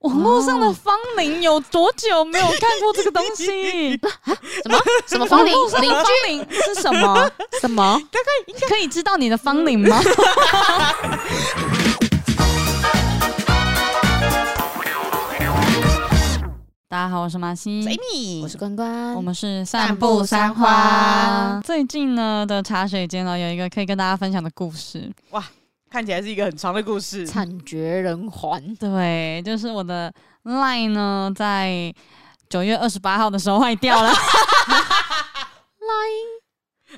网络上的芳龄有多久没有看过这个东 西？什么什么芳龄网络上邻的芳龄是什么？什么？大概可以知道你的芳龄 吗？大家好，我是马嗯西，居？我是关关，我们是散步三花。最近呢的茶水间呢，有一个可以跟大家分享的故事。看起来是一个很长的故事。惨绝人寰。对，就是我的 LINE 呢，在九月二十八号的时候坏掉了。哎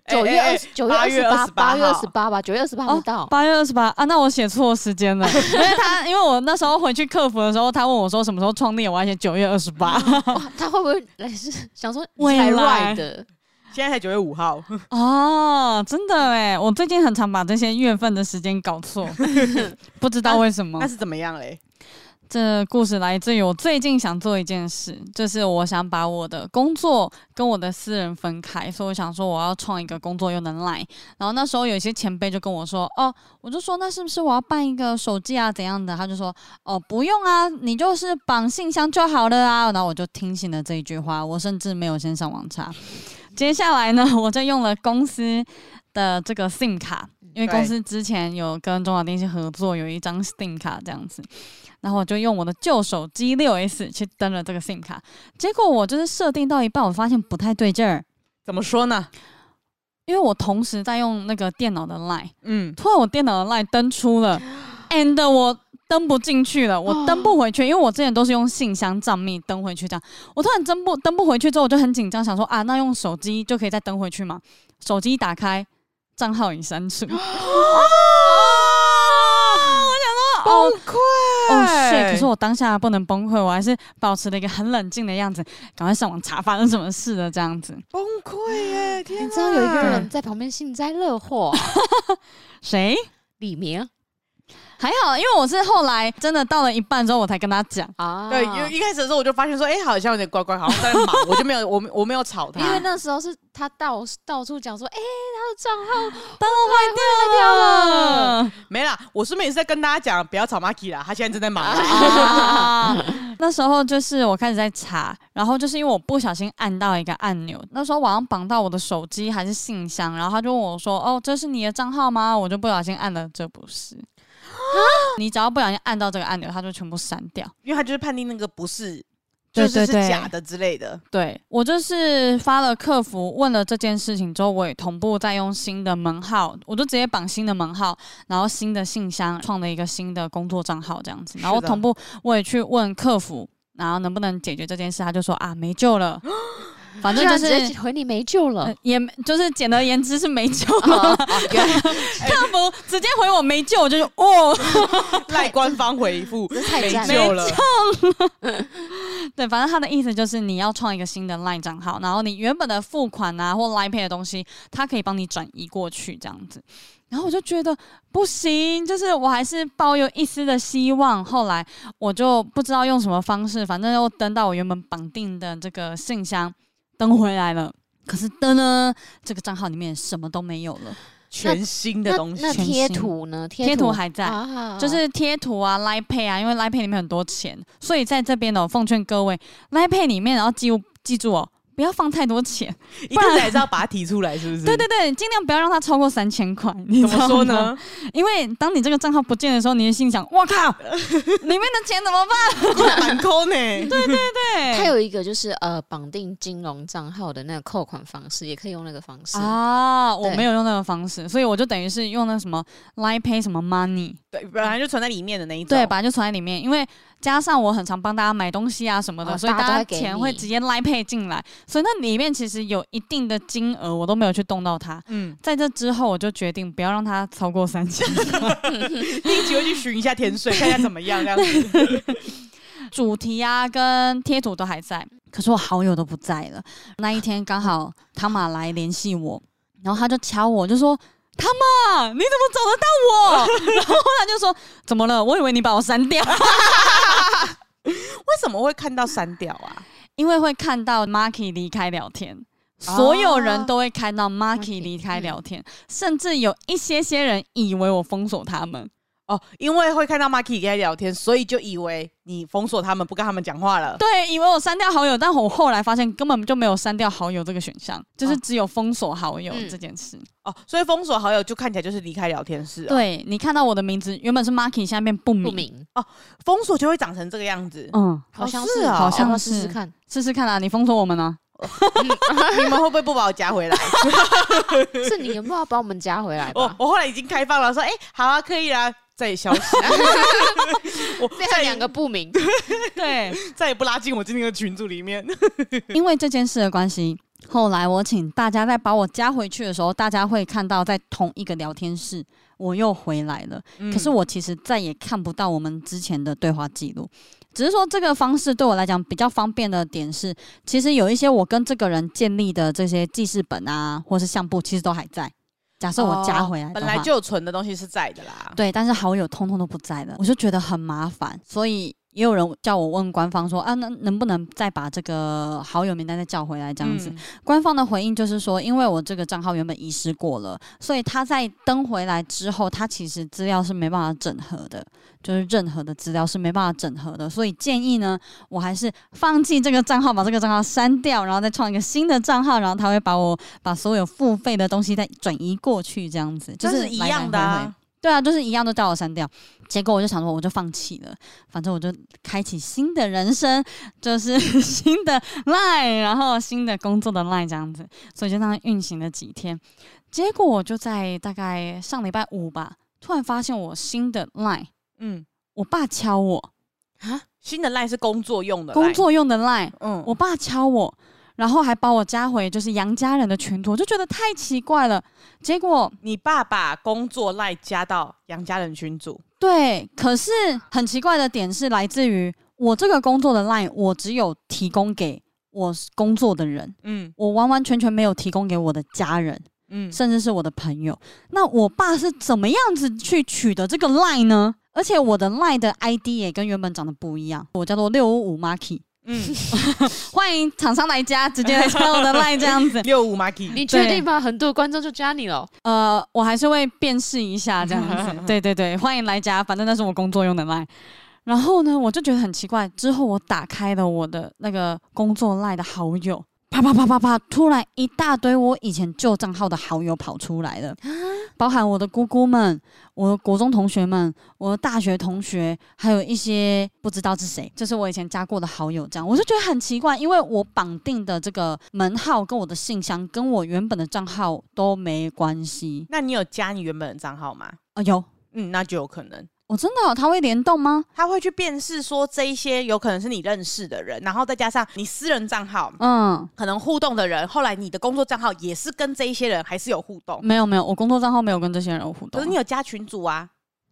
九月哎二哎十九月八二月十八，八月28二号十八吧，九月二十八哦不到。八月二十八啊，那我写错时间了，因为他因为我那时候回去客服的时候，他问我说什么时候创立，我还写九月二十八。哇他会不会来是想说未才来 right 的？现在才九月五号， 哦，真的哎，我最近很常把这些月份的时间搞错，不知道为什么那。是怎么样嘞？这故事来自于我最近想做一件事，就是我想把我的工作跟我的私人分开，所以我想说我要创一个工作又能来。然后那时候有一些前辈就跟我说，哦，我就说那是不是我要办一个手机啊怎样的？他就说，哦，不用啊，你就是绑信箱就好了啊。然后我就听信了这一句话，我甚至没有先上网查。接下来呢， 我就用了公司的这个 SIM 卡，因为公司之前有跟中华电信合作，有一张 SIM 卡这样子。然后我就用我的旧手机六 S 去登了这个 SIM 卡，结果我就是设定到一半，我发现不太对劲儿，怎么说呢？因为我同时在用那个电脑的 Line，嗯，突然我电脑的 Line 登出了，and 我登不进去了，我登不回去，因为我之前都是用信箱账密登回去这样，我突然登不登不回去之后，我就很紧张，想说啊，那用手机就可以再登回去嘛？手机一打开，账号已删除。啊我想说，哦，溃！哦，是，可是我当下不能崩溃，我还是保持了一个很冷静的样子，赶快上网查发生什么事了，这样子。崩溃耶！天啊，你知道有一个人对在旁边幸灾乐祸， 谁？李明还好，因为我是后来真的到了一半之后，我才跟他讲。啊，对，因为一开始的时候我就发现说，哎，好像有点乖乖，好像在忙，我就没有，我没我没有吵他，因为那时候是他到到处讲说，哎，他的账号当然坏 掉了。没啦。我顺便也是在跟大家讲，不要吵 Maki 啦，他现在正在忙。啊！那时候就是我开始在查，然后就是因为我不小心按到一个按钮，那时候我好像绑到我的手机还是信箱，然后他就问我说：“哦，这是你的账号吗？”我就不小心按了，这不是。啊你只要不小心按到这个按钮，它就全部删掉。因为他就是判定那个不是，对就是是对对假的之类的。对我就是发了客服问了这件事情之后，我也同步在用新的门号，我就直接绑新的门号，然后新的信箱创了一个新的工作账号这样子，然后是的同步我也去问客服，然后能不能解决这件事，他就说啊没救了，反正居就然是直接回你没救了呃。也没就是简而言之是没救啊了，客服直接回我没救，我就说哦，赖官方回复，太没赞了救了。对，反正他的意思就是你要创一个新的 LINE 账号，然后你原本的付款啊或 LINE Pay 的东西，他可以帮你转移过去这样子。然后我就觉得不行，就是我还是抱有一丝的希望。后来我就不知道用什么方式，反正又登到我原本绑定的这个信箱，登回来了。可是登呢，这个账号里面什么都没有了，全新的那东西那全贴新图呢？贴贴图还在。嗯啊就是贴图啊、Line Pay 啊，因为 Line Pay 里面很多钱，所以在这边呢，我奉劝各位，Line Pay 里面，然后记住记住哦，不要放太多钱，一开始还是要把它提出来，是不是？对对对，尽量不要让它超过三千块。你怎知道么说吗呢？？因为当你这个账号不见的时候，你的心想：我 靠，里面的钱怎么办？蛮抠呢。对，它有一个就是呃绑定金融账号的那个扣款方式，也可以用那个方式。啊，我对没有用那个方式，所以我就等于是用那什么 Line Pay 什么 Money，本来就存在里面的那一种。对，把它就存在里面。因为加上我很常帮大家买东西啊什么的，哦所以大大家都家会给钱你会直接 Line Pay 进来，所以那里面其实有一定的金额，我都没有去动到它。嗯，在这之后，我就决定不要让它超过三千，定期会去巡一下 甜水，看一下怎么样，这样子。主题啊跟贴图都还在，可是我好友都不在了。那一天刚好汤马来联系我，然后他就敲我，就说。汤马，你怎么找得到我？然后他就说怎么了？我以为你把我删掉，为什么会看到删掉啊？因为会看到 Marky 离开聊天，所有人都会看到 Marky Marky，离开嗯聊天，甚至有一些些人以为我封锁他们。哦，因为会看到 Marky 跟他聊天，所以就以为你封锁他们，不跟他们讲话了。对，以为我删掉好友，但我后来发现根本就没有删掉好友这个选项，就是只有封锁好友嗯这件事。哦，所以封锁好友就看起来就是离开聊天室、哦。对你看到我的名字原本是 Marky，现在变不明，不明，封锁就会长成这个样子。嗯，好哦像是是，哦好像要不要试是试看。 试试看啊，你封锁我们呢、你们会不会不把我加回来？是你有没有要把我们加回来我吧？我后来已经开放了，说哎、好啊，可以啦，再也消失，我变再成也两个不明， 对， 再也不拉进我今天的群组里面。因为这件事的关系，后来我请大家在把我加回去的时候，大家会看到在同一个聊天室我又回来了，嗯嗯可是我其实再也看不到我们之前的对话记录。只是说这个方式对我来讲比较方便的点是，其实有一些我跟这个人建立的这些记事本啊，或是相簿，其实都还在。假设我加回来、哦的本来话就有存的东西是在的啦。对，但是好友通通都不在了，我就觉得很麻烦，所以也有人叫我问官方说啊，那能不能再把这个好友名单再叫回来这样子？嗯官方的回应就是说，因为我这个账号原本遗失过了，所以他在登回来之后，他其实资料是没办法整合的，就是任何的资料是没办法整合的，所以建议呢，我还是放弃这个账号，把这个账号删掉，然后再创一个新的账号，然后他会把我把所有付费的东西再转移过去，这样子，就这是是一来来样的回回啊。对啊，就是一样都叫我删掉，结果我就想说，我就放弃了，反正我就开启新的人生，就是 新的 line，然后新的工作的 line 这样子，所以就这样运行了几天。结果我就在大概上礼拜五吧，突然发现我新的 line，嗯，我爸敲我，新的 line 是工作用的，工，作用的 line，嗯，我爸敲我，然后还把我加回就是杨家人的群组，我就觉得太奇怪了。结果你爸把工作 line 加到杨家人群组，对，可是很奇怪的点是来自于我这个工作的 line，我只有提供给我工作的人，嗯我完完全全没有提供给我的家人，嗯，甚至是我的朋友。那我爸是怎么样子去取得这个 line 呢？而且我的 line 的 ID 也跟原本长得不一样，我叫做六五五 Marky，嗯，欢迎厂商来加，直接来加我的 line 这样子。六五 Marky，你确对定吗？很多观众就加你了，呃，我还是会辨识一下这样子。对对对，欢迎来家，反正那是我工作用的 line。然后呢，我就觉得很奇怪。之后我打开了我的那个工作 line 的好友，啪啪啪啪啪，突然一大堆我以前旧账号的好友跑出来了，包含我的姑姑们、我的国中同学们、我的大学同学，还有一些不知道是谁，就是我以前加过的好友，这样我就觉得很奇怪，因为我绑定的这个门号跟我的信箱跟我原本的账号都没关系。那你有加你原本的账号吗？啊、有，嗯，那就有可能。我、真的哦、它会联动吗？他会去辨识说这一些有可能是你认识的人，然后再加上你私人账号嗯，可能互动的人，后来你的工作账号也是跟这一些人还是有互动，没有没有，我工作账号没有跟这些人有互可动是。你有加群组啊，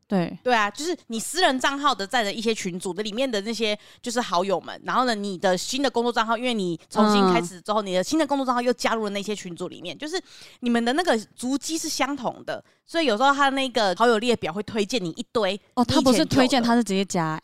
对，对啊，就是你私人账号的在的一些群组的里面的那些就是好友们，然后呢，你的新的工作账号，因为你重新嗯开始之后，你的新的工作账号又加入了那些群组里面，就是你们的那个足迹是相同的，所以有时候他那个好友列表会推荐你一堆哦，你以他不是前有推荐，的他是直接加、欸，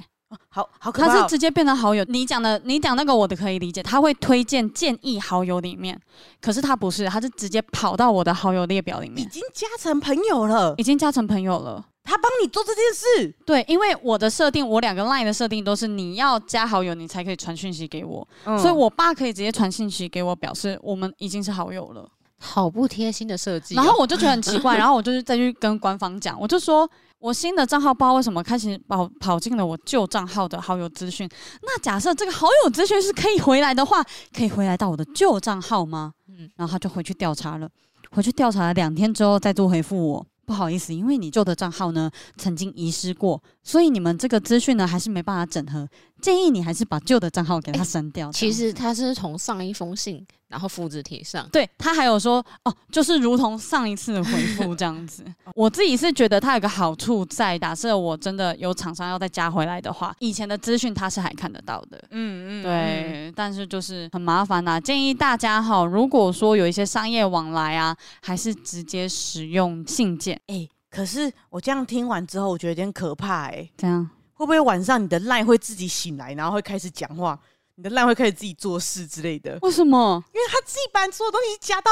好好可他怕、是哦。直接变成好友。你讲的，你讲那个我的可以理解，他会推荐建议好友里面，可是他不是，他是直接跑到我的好友列表里已面，经加成朋友了，已经加成朋友了。他帮你做这件事，对，因为我的设定，我两个 LINE 的设定都是你要加好友，你才可以传讯息给我，所以我爸可以直接传讯息给我，表示我们已经是好友了。好不贴心的设计哦。然后我就觉得很奇 怪，然后我就是再去跟官方讲，我就说我新的账号不知道为什么开始跑跑进了我旧账号的好友资讯。那假设这个好友资讯是可以回来的话，可以回来到我的旧账号吗？嗯然后他就回去调查了，回去调查了两天之后再做回复我。不好意思，因为你旧的账号呢曾经遗失过，所以你们这个资讯呢还是没办法整合，建议你还是把旧的账号给它哎删掉。这其样实他是从上一封信，然后复制贴上。对他还有说哦，就是如同上一次的回复这样子。 我自己是觉得它有个好处在，假设我真的有厂商要再加回来的话，以前的资讯它是还看得到的。嗯嗯，嗯，对，但是就是很麻烦啦、建议大家哈，如果说有一些商业往来啊，还是直接使用信件，哎、可是我这样听完之后，我觉得有点可怕哎、这样会不会晚上你的赖会自己醒来，然后会开始讲话，你的赖会开始自己做事之类的？为什么？因为他自己把所有东西加到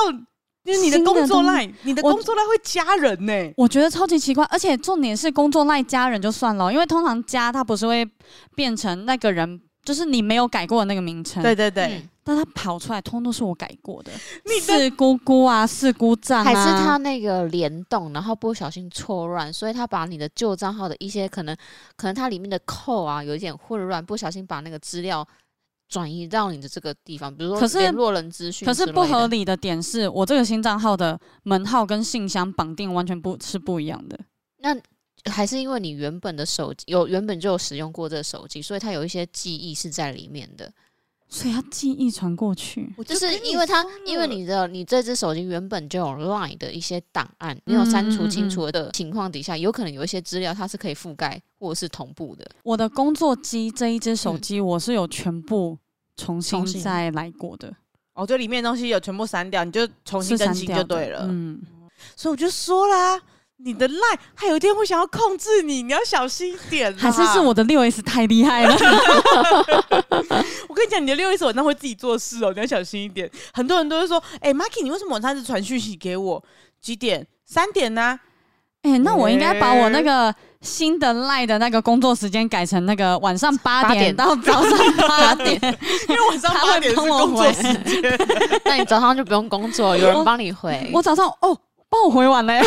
因为你的新的工作东西赖，你的我工作赖会加人呢、我觉得超级奇怪，而且重点是工作赖家人就算了，因为通常家他不是会变成那个人，就是你没有改过的那个名称，对，对对，嗯但他跑出来通都是我改过的，你的四姑姑啊，四姑丈啊，还是他那个联动，然后不小心错乱，所以他把你的旧账号的一些可能，可能它里面的扣啊有一点混乱，不小心把那个资料转移到你的这个地方，比如可说是联络人资讯可之是类的，不合理的点是我这个新账号的门号跟信箱绑定完全不是不一样的。那还是因为你原本的手机有原本就有使用过这个手机，所以它有一些记忆是在里面的。所以他记忆传过去，我就是跟因为它说，因为了你的你这只手机原本就有 Line 的一些档案，没嗯有删除清除的情况底下，有可能有一些资料它是可以覆盖或者是同步的。我的工作机这一只手嗯机，我是有全部重新重新再来过的，哦，就里面的东西有全部删掉，你就重是新删更新掉就的对了。嗯，所以我就说啦，你的赖他有一天会想要控制你，你要小心一点啦。还是是我的六 S 太厉害了。 我跟你讲，你的六一手晚上会自己做事哦，你要小心一点。很多人都会说，哎、m a k i 你为什么晚上一直传讯息给我？几点？三点呢、哎、那我应该把嗯我那个新的赖的那个工作时间改成那个晚上八八点点到早上八点，因为晚上他八会点是帮我工作回时间。 那你早上就不用工作，有人帮你回。我早上哦。帮我回完了耶，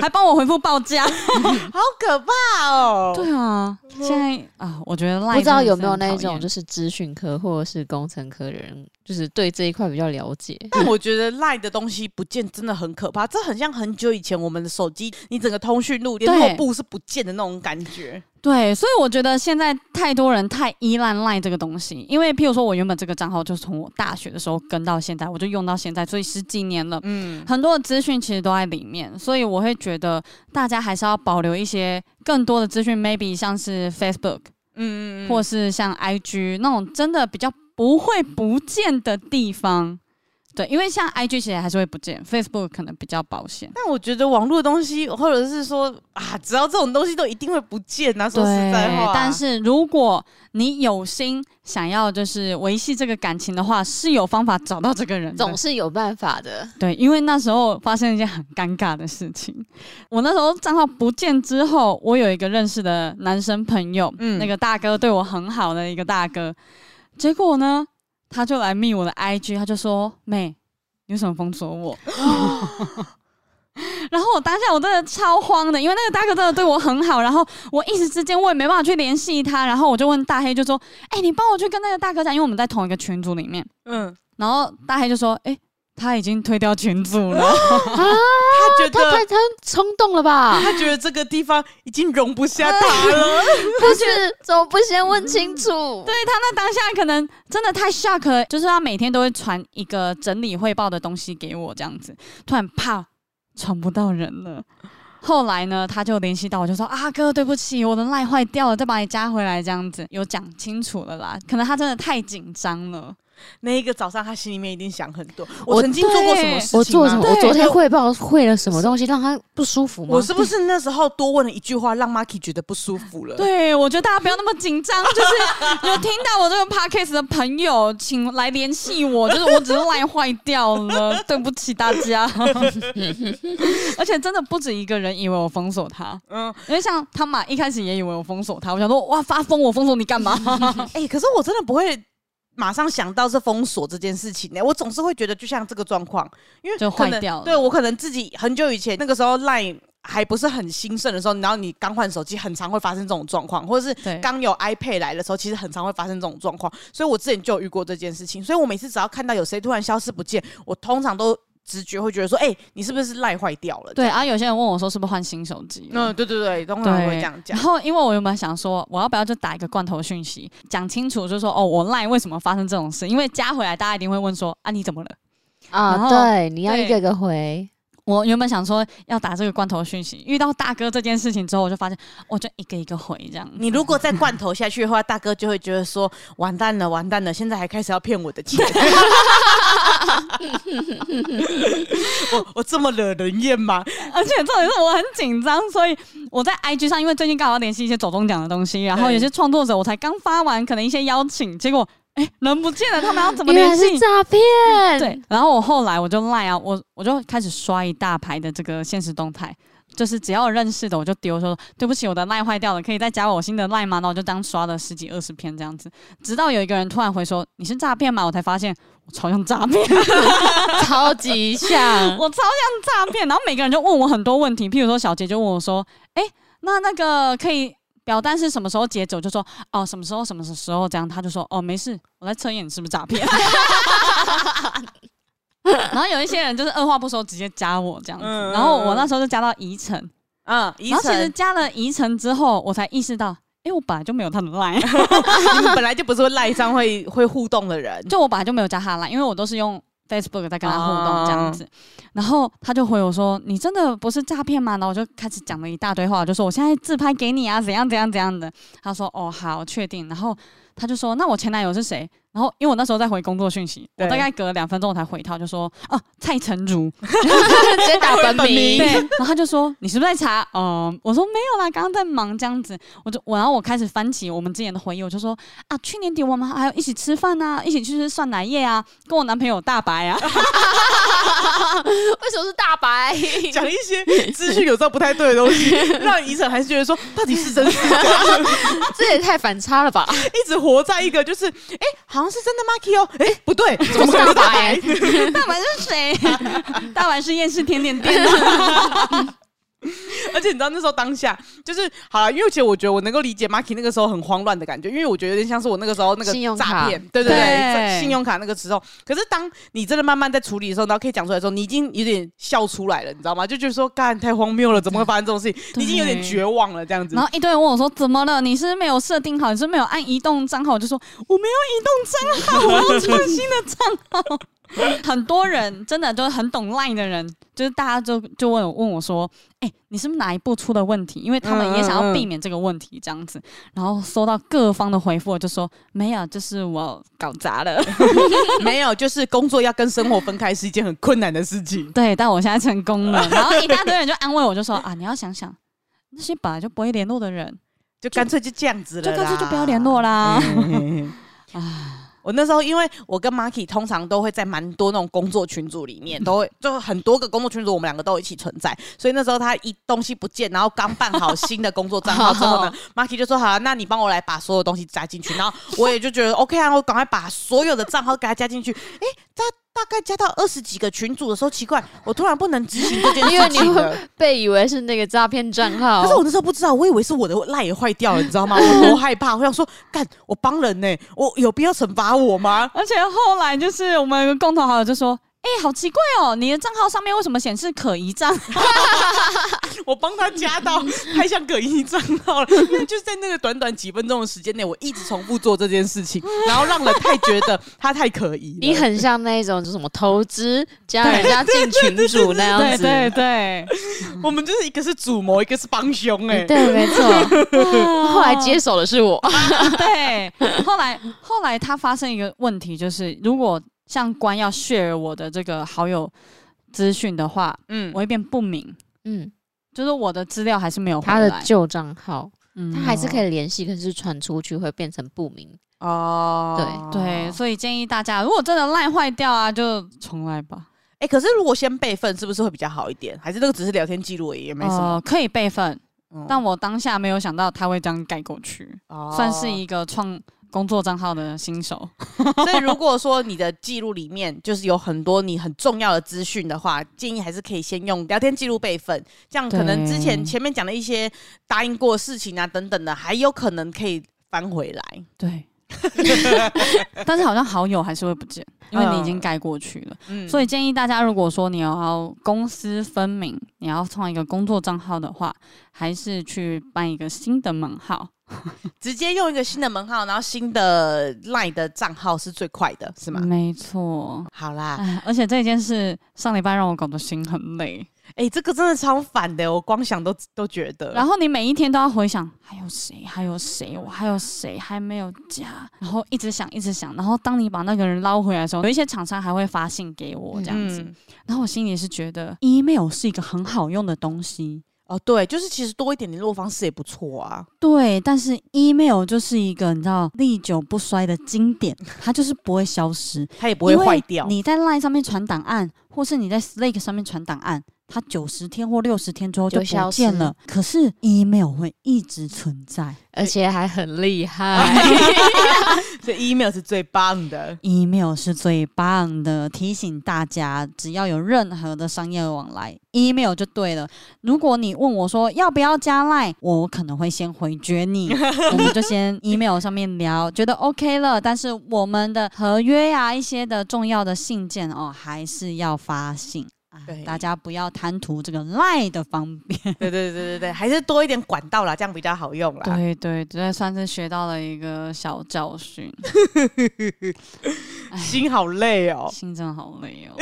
还帮我回复报价。好可怕哦！ 对啊，现在啊，我觉得赖不知道有没有那真的是一很讨种厌就是资讯科或者是工程科的人，就是对这一块比较了解。但我觉得赖的东西不见真的很可怕，这很像很久以前我们的手机，你整个通讯录联络对部是不见的那种感觉。对，所以我觉得现在太多人太依赖 LINE 这个东西，因为譬如说我原本这个账号就是从我大学的时候跟到现在，我就用到现在，所以十几年了，嗯，很多的资讯其实都在里面，所以我会觉得大家还是要保留一些更多的资讯，maybe 像是 Facebook 嗯或是像 IG 那种真的比较不会不见的地方。对，因为像 IG 其实还是会不见，Facebook 可能比较保险。但我觉得网络的东西，或者是说啊，只要这种东西都一定会不见啊。说实在话，但是如果你有心想要就是维系这个感情的话，是有方法找到这个人的 总。是有办法的。对，因为那时候发生一件很尴尬的事情，我那时候账号不见之后，我有一个认识的男生朋友，嗯那个大哥对我很好的一个大哥，结果呢，他就来密我的 IG，他就说：“妹，你为什么封锁我？” 然后我当下我真的超慌的，因为那个大哥真的对我很好，然后我一时之间我也没办法去联系他，然后我就问大黑，就说：“哎、你帮我去跟那个大哥讲，因为我们在同一个群组里面。”嗯，然后大黑就说：“哎、他已经推掉群组了。他觉啊他得太他冲动了吧？他觉得这个地方已经容不下他了。 他觉得怎么不先问清楚？对他那当下可能真的太 shock 了，就是他每天都会传一个整理汇报的东西给我，这样子，突然啪，传不到人了。后来呢，他就联系到我，就说啊哥，对不起，我的赖坏掉了，再把你加回来，这样子有讲清楚了啦。可能他真的太紧张了，那一个早上，他心里面一定想很多。我我曾经做过什么事情吗我做了什么？对我昨天汇报会了什么东西让他不舒服吗？我是不是那时候多问了一句话，让 Marky 觉得不舒服 了？，对，我觉得大家不要那么紧张，就是有听到我这个 podcast 的朋友，请来联系我，就是我只是赖坏掉了，对不起大 家。而且真的不止一个人以为我封锁他，嗯，因为像他嘛一开始也以为我封锁他，我想说哇发疯，我封锁你 干嘛？哎、可是我真的不会马上想到是封锁这件事情呢、欸我总是会觉得就像这个状况，因为就可能坏掉了对我可能自己很久以前那个时候 Line 还不是很兴盛的时候，然后你刚换手机，很常会发生这种状况，或者是对刚有 iPad 来的时候，其实很常会发生这种状况。所以我之前就有遇过这件事情，所以我每次只要看到有谁突然消失不见，我通常都直觉会觉得说，哎、你是不是 Line 坏掉了？对，然后有些人问我说是不是换新手机了？嗯，对对对，通常会这对样，讲然。后因为我原本想说，我要不要就打一个罐头讯息，讲清楚，就说哦，我赖为什么发生这种事？因为加回来，大家一定会问说啊，你怎么了？然啊，后对，你要一对个一个回。我原本想说要打这个罐头讯息，遇到大哥这件事情之后，我就发现，我就一个一个回这样子。你如果再罐头下去的话，大哥就会觉得说完蛋了，完蛋了，现在还开始要骗我 的钱。我我这么惹人厌吗？而且重点是我很紧张，所以我在 IG 上，因为最近刚好要联系一些走中奖的东西，然后对有些创作者我才刚发完可能一些邀请，结果哎、哎、人不见了，他们要怎么原联来系是？诈骗，对，然后我后来我就赖啊，我我就开始刷一大排的这个现实动态，就是只要有认识的我就丢说对不起，我的赖坏掉了，可以再加我新的赖吗？然后我就当刷了十几二十篇这样子，直到有一个人突然回说你是诈骗吗？我才发现我超像诈骗，超级像，我超像诈骗。然后每个人就问我很多问题，譬如说小杰就问我说，哎、那那个可以。表单是什么时候截走？就说哦，什么时候什么时候这样，他就说哦，没事，我在测验你是不是诈骗。 然后有一些人就是二话不说直接加我这样子，嗯然后我那时候就加到宜城，嗯，宜然后其实城，加了宜城之后，我才意识到，诶，我本来就没有他的 line， 你们本来就不是会赖上会会互动的人，就我本来就没有加他的 line，因为我都是用 Facebook 在跟他互动这样子。然后他就回我说：“你真的不是诈骗吗？”然后我就开始讲了一大堆话，我就说我现在自拍给你啊，怎样怎样怎样的。他说：“哦，好，确定。”然后他就说：“那我前男友是谁？”然后因为我那时候在回工作讯息，我对大概隔了两分钟我才回他，我就说：“哦、蔡成儒。”直接打本本名名对，，然后他就说你是不是在查？嗯，我说没有啦，刚刚在忙这样子。我就我然后我开始翻起我们之前的回忆，我就说啊，去年底我们还有一起吃饭啊，一起去吃酸奶液啊，跟我男朋友大白啊， 为什么是大白？讲一些资讯有时候不太对的东 西，让宜城还是觉得说到底是真是假， 这也太反差 了吧？一直活在一个就是哎、诶好像是真的 Marky 哦，哎、不对，怎么是会大是大哎白大白？白是谁？ 大白是厌世甜点店啊的。而且你知道那时候当下就是好了，因为其实我觉得我能够理解 Marky 那个时候很慌乱的感觉，因为我觉得有点像是我那个时候那信个用卡诈骗，对对对在信用卡那个时候。可是当你真的慢慢在处理的时候，然后可以讲出来的时候，你已经有点笑出来了，你知道吗？就觉得说干太荒谬了，怎么会发生这种事情？你已经有点绝望了，这 样子然。后一堆人问我说怎么了？你是没有设定好，你是没有按移动账号？我就说我没有移动账号，我要创新的账号。很多人真的就是很懂 LINE 的人，就是大家就就问我问我说，哎、你是不是哪一步出的问题？因为他们也想要避免这个问题这样子。然后收到各方的回复，我就说没有，就是我搞砸了。没有，就是工作要跟生活分开是一件很困难的事情。对，但我现在成功了。然后一大堆人就安慰我，就说啊，你要想想那些本来就不会联络的人，就干脆就这样子了就啦，干脆就不要联络啦。我那时候，因为我跟 Marky 通常都会在蛮多那种工作群组里面，都会 就很多个工作群组，我们两个都一起存在。所以那时候他一东西不见，然后刚办好新的工作账号之后 呢，Marky 就说：“好、啊，那你帮我来把所有东西加进去。”然后我也就觉得 OK 啊，我赶快把所有的账号给他加进去。诶，他大概加到二十几个群组的时候，奇怪，我突然不能执行这 件因为事你情会。了哦被以为是那个诈骗账号，可是我那时候不知道，我以为是我的赖也坏掉了，你知道吗？我多害怕，我想说，干，我帮人呢、我有必要惩罚我吗？而且后来就是我们有个共同好友就说：“哎、好奇怪哦，你的账号上面为什么显示可疑账我帮他加到嗯 太像葛一账号了，因为就是在那个短短几分钟的时间内，我一直重复做这件事情，然后让人太觉得他太可疑了。你很像那一种，就是什么投资加人家进群主那？”样对子，对对，我们就是一个是主谋，一个是帮凶、哎，对，没错。后后来接手的是我，对，后来后来他发生一个问题，就是如果像官要 share 我的这个好友资讯的话，嗯我，会变不明，嗯，就是我的资料还是没有回他来，的旧账号，嗯他还是可以联系，可是传出去会变成不明。哦对，所以建议大家，如果真的赖坏掉啊，就重来吧。哎、可是如果先备份，是不是会比较好一点？还是那个只是聊天记录而已，也没什么。呃，可以备份，嗯但我当下没有想到他会这样盖过去。哦算是一个创工作账号的新手。所以如果说你的记录里面就是有很多你很重要的资讯的话，建议还是可以先用聊天记录备份，这样可能之前对前面讲的一些答应过的事情啊等等的，还有可能可以翻回来。 对，但是好像好友还是会不见，因为你已经盖过去了。嗯，所以以建议大家，如果说你要公私分明，你要创一个工作账号的话，还是去办一个新的门号。直接用一个新的门号，然后新的 LINE 的账号是最快的，是吗？没错。好啦，哎，而且这件事上礼拜让我搞得心很累，哎、这个真的超反的，我光想都都觉得。然后你每一天都要回想，还有谁，还有谁，我还有谁还没有加，然后一直想，一直想，然后当你把那个人捞回来的时候，有一些厂商还会发信给我这样子，嗯然后我心里是觉得 email 是一个很好用的东西，哦，对，就是其实多一点联络方式也不错啊。对，但是 email 就是一个你知道历久不衰的经典，它就是不会消失，它也不会因为坏掉。你在 Line 上面传档案，或是你在 Slack 上面传档案，它九十天或六十天之后就就消不见失了。可是 email 会一直存在而且还很厉哎害。 所以 email 是最棒的。 ，email 是最棒的。提醒大家，只要有任何的商业往来，email 就对了。如果你问我说要不要加 Line，我可能会先回绝你，我们就先 email 上面聊，觉得 OK 了。但是我们的合约呀、一些的重要的信件哦，还是要发信。啊对大家不要贪图这个赖的方便。 对对对对对，还是多一点管道啦，这样比较好用啦。 对对，这算是学到了一个小教训，心好累哦。心真的好累哦。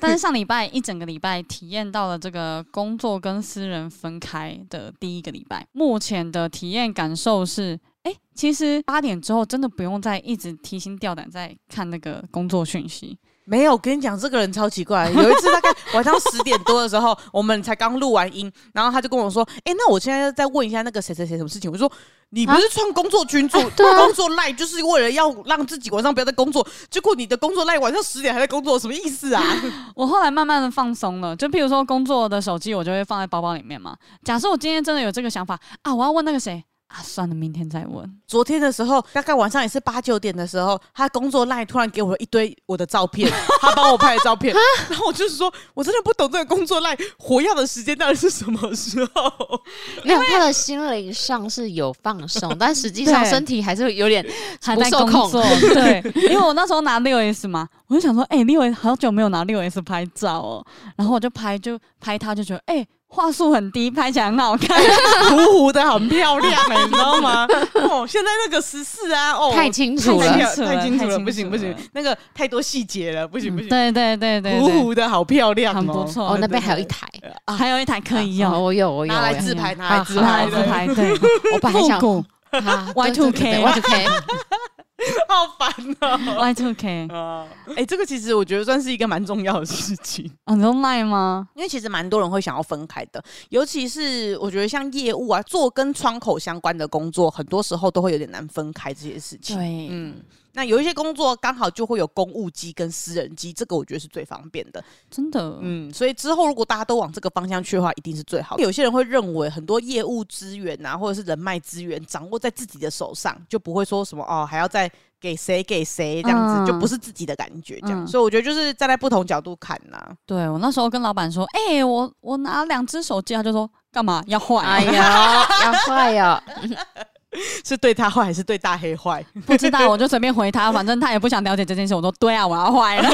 但是上礼拜一整个礼拜体验到了这个工作跟私人分开的第一个礼拜，目前的体验感受是。哎，其实八点之后真的不用再一直提心吊胆在看那个工作讯息，没有，我跟你讲，这个人超奇怪。有一次大概 晚上十点多的时候，我们才刚录完音，然后他就跟我说：“哎、那我现在再问一下那个谁谁谁什么事情。”我就说：“你不是创工作群 组、对啊工作赖，就是为了要让自己晚上不要再工作，结果你的工作赖晚上十点还在工作，什么意思啊？我后来慢慢的放松了，就譬如说工作的手机，我就会放在包包里面嘛。假设我今天真的有这个想法啊，我要问那个谁啊，算了，明天再问。昨天的时候，大概晚上也是八九点的时候，他工作赖突然给我一堆我的照片， 他帮我拍的照片，然后我就是说，我真的不懂这个工作赖活跃的时间到底是什么时候。没有，他的心灵上是有放松，但实际上对身体还是会有点还不在受工控作，对，因为我那时候拿六 S 嘛，我就想说，哎、六 S 好久没有拿六 S 拍照哦，然后我就拍就拍他，就觉得哎、画素很低，拍起来很好看，哎糊糊的，很漂亮、欸，你知道吗？哦，现在那个十四啊，哦，太清楚太了清。太太清清楚楚了，了不行不行，那个太多细节了，不行不行，对对对对糊对，糊的好漂亮、哦，很不。错。哦，那边还有一台，还有一台可以哦用，我有，我有，拿来我有自拍，拿啊来自拍，拿来自拍，对，我本来复想古啊 Y two K Y two K，好烦哦。 Y Two K，啊，哎，这个其实我觉得算是一个蛮重要的事情，啊，你用 Line 吗？因为其实蛮多人会想要分开的，尤其是我觉得像业务啊，做跟窗口相关的工作，很多时候都会有点难分开这些事情。对，嗯，那有一些工作刚好就会有公务机跟私人机，这个我觉得是最方便的。真的，嗯，所以之后如果大家都往这个方向去的话，一定是最好的。有些人会认为很多业务资源啊，或者是人脉资源掌握在自己的手上，就不会说什么哦，还要再给谁给谁这样子，嗯就不是自己的感觉这样。嗯所以我觉得就是站在不同角度看呐、对我那时候跟老板说，哎、我我拿两只手机，他就说干嘛要啊换、哎呀，要坏呀！是对他坏还是对大黑坏？ 不知道，我就随便回他，反正他也不想了解这件事。我说对啊，我要坏了，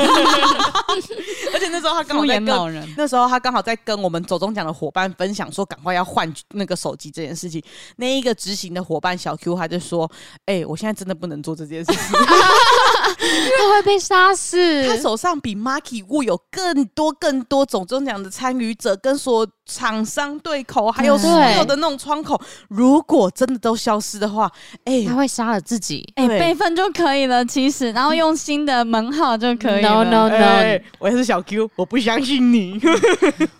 而且那时候他刚好敷在衍跟。老人。那时候他刚好在跟我们走中奖的伙伴分享说，赶快要换那个手机这件事情。那一个执行的伙伴小 Q 他就说：“哎、我现在真的不能做这件事 情。”他会被杀死。他手上比 Marky Wu 有更多更多总中奖的参与者，跟所有厂商对口，还有对所有的那种窗口，如果真的都消失的话， 哎、他会杀了自己。哎、对备份就可以了，其实，然后用新的门号就可以了。 No no 哎 no！我也是小 Q，我不相信你。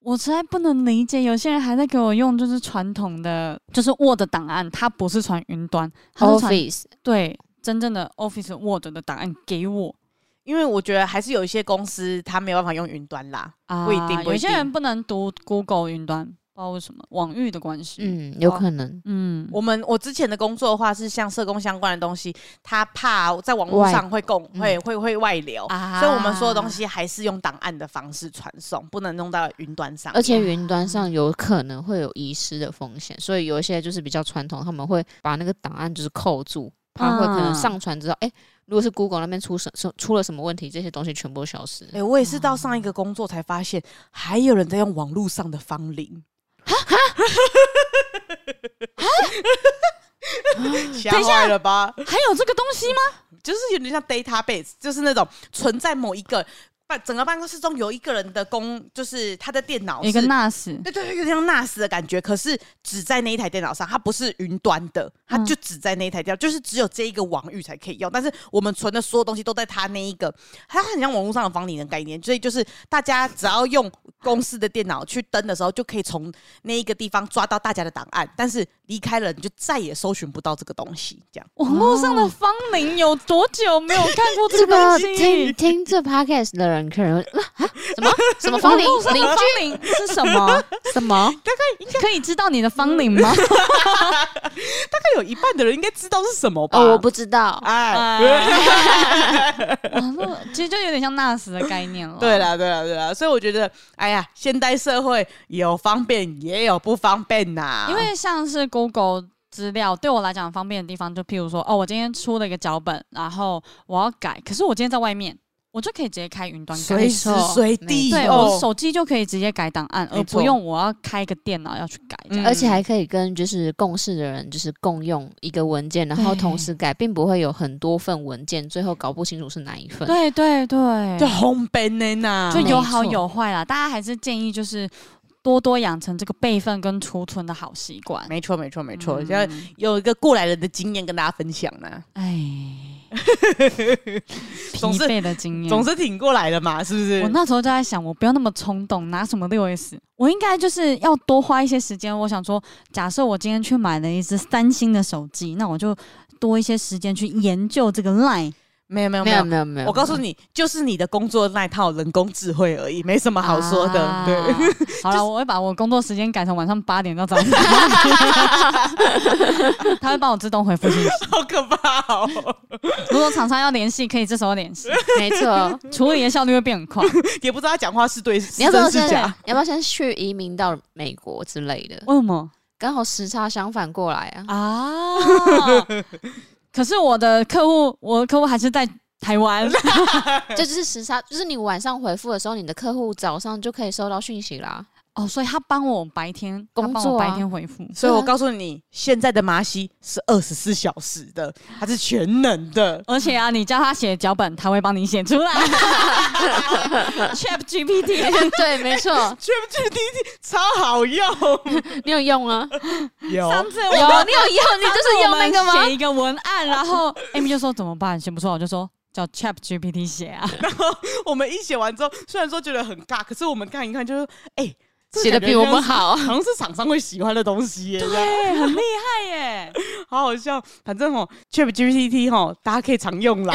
我实在不能理解，有些人还在给我用就是传统的，就是 Word 档案，它不是传云端，它是传 Office 对真正的 Office Word 的档案给我因为我觉得还是有一些公司它没有办法用云端啦，啊。不一定不一有些定人不能读 Google 云端，不知道为什么网域的关系。嗯嗯，有可能嗯，我们我之前的工作的话是像社工相关的东西，他怕在网络上会共嗯会会会外流，啊所以我们所有东西还是用档案的方式传送，不能弄到云端上。而且云端上有可能会有遗失的风险，所以有一些就是比较传统，他们会把那个档案就是扣住，怕会可能嗯上传之后，哎、如果是 Google 那边出什什出了什么问题，这些东西全部都消失。哎、我也是到上一哦个工作才发现，还有人在用网络上的芳龄。 吓坏了吧？还有这个东西吗？就是有点像 database，就是那种存在某一个。办整个办公室中有一个人的工，就是他的电脑一个是 NAS，对对对，有点像 NAS 的感觉，可是只在那一台电脑上，它不是云端的，它嗯就只在那一台电脑，就是只有这一个网域才可以用。但是我们存的所有东西都在它那一个，它很像网络上的房里的概念，所以就是大家只要用公司的电脑去登的时候，就可以从那一个地方抓到大家的档案，但是离开了你就再也搜寻不到这个东西。这样，网络上的芳龄有多久没有看过这这个东个西？听听这 podcast 的人可能会啊啊什么 什么芳芳龄龄邻芳居龄是什 么？什么可以知道你的芳龄 吗？大概有一半的人应该知道是什么吧？哦我不知道，哎， 网络哦其实就有点像 NAS 的概念了。对啦，对啦，对啦，所以我觉得，哎呀，现代社会有方便也有不方便呐、因为像是 Google 资料对我来讲方便的地方，就譬如说，哦，我今天出了一个脚本，然后我要改，可是我今天在外面，我就可以直接开云端改。随时随地，对，哦我手机就可以直接改档案，而没错不用我要开个电脑要去改。这样嗯而且还可以跟就是共事的人就是共用一个文件，然后对同时改，并不会有很多份文件，最后搞不清楚是哪一份。对对对，就烘边的呐，就没有好错有坏啦。大家还是建议就是多多养成这个备份跟储存的好习惯。没错，没错，没错，嗯现在有一个过来人的经验跟大家分享呢、 哎，疲总是惫的经验，嗯总是挺过来的嘛，是不是？我那时候就在想，我不要那么冲动，拿什么六 S？我应该就是要多花一些时间。我想说，假设我今天去买了一只三星的手机，那我就多一些时间去研究这个 Line。没有没有没没有有，没有没有，我告诉你，就是你的工作那套人工智慧而已，没什么好说的。啊对，，好了，我会把我工作时间改成晚上八点到早上 他会帮我自动回复信息。 好可怕哦， 如果厂商要联系，可以这时候联系，没 错。哦处理的效率会变很快。也不知道他讲话是对你是要不要真是先？你假。要不要先去移民到美国之类的？为什么刚好时差相反过来啊！ 啊？可是我的客户，我的客户还是在台 湾。啊这就是时差，就是你晚上回复的时候，你的客户早上就可以收到讯息啦。 哦，所以他帮我白天他工帮作我啊白天回复，所以我告诉你，现在的麻西是二十四小时的，它是全能的。而且啊，你叫他写脚本，他会帮你写出 来。Chat GPT 对，没错，全部这个滴滴超好用，你有用 啊？有上次我有，你有用，你就是用那上个次我们写吗？一个文案，然后 Amy 就说怎么办，写不出来，我就说叫 Chat GPT 写 啊。我们一写完之后，虽然说觉得很尬，可是我们看一看就是，哎、这写的比我们好 感觉像是，好像是厂商会喜欢的东西耶，这样对，很厉害耶！好好笑。反正哦，ChatGPT 哦，大家可以常 用啦，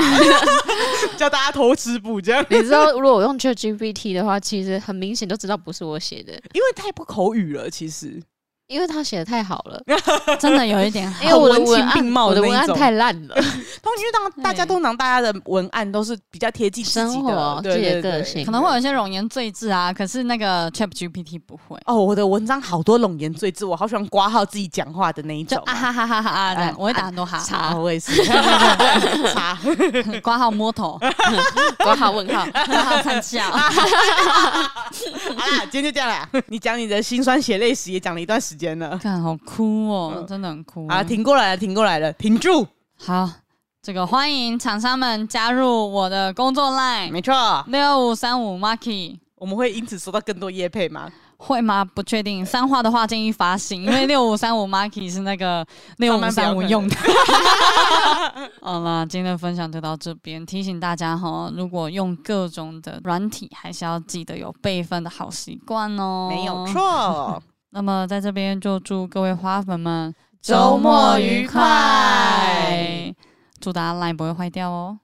叫大家偷吃补这样，你知道，如果我用 ChatGPT 的话，其实很明显就知道不是我写的，因为太不口语了，其实。因为他写的太好了， 真的有一点好因为我的文情文案并，茂我的的那文一案种太烂了， 通因为当大家对通常大家的文案都是比较贴近自己生的活对自己的对对个性，可能会有一些容颜赘字啊，可是那个 Chat GPT 不会，哦，我的文章好多冗言赘字，我好喜欢挂号自己讲话的那一就种啊哈哈哈哈啊，这样我会打很多哈，哎啊，差，我也是，查 挂号摸 头， 挂号问号。挂号灿笑。好啦，今天就这样啦。你讲你的辛酸血泪史也讲了一段时间了，看，好哭哦，真的很哭啊，停过来了，停过来了，停住，好，这个欢迎厂商们加入我的工作 line 没错，六五三五 Marky。我们会因此收到更多业配吗？会吗？不确定。三话的话建议发行，因为 六五三五 Marky 是那个六五三五用的。 好啦，今天的分享就到这边。提醒大家哈，如果用各种的软体，还是要记得有备份的好习惯哦。没有。错，那么在这边就祝各位花粉们周末愉快，祝大家 line 不会坏掉哦。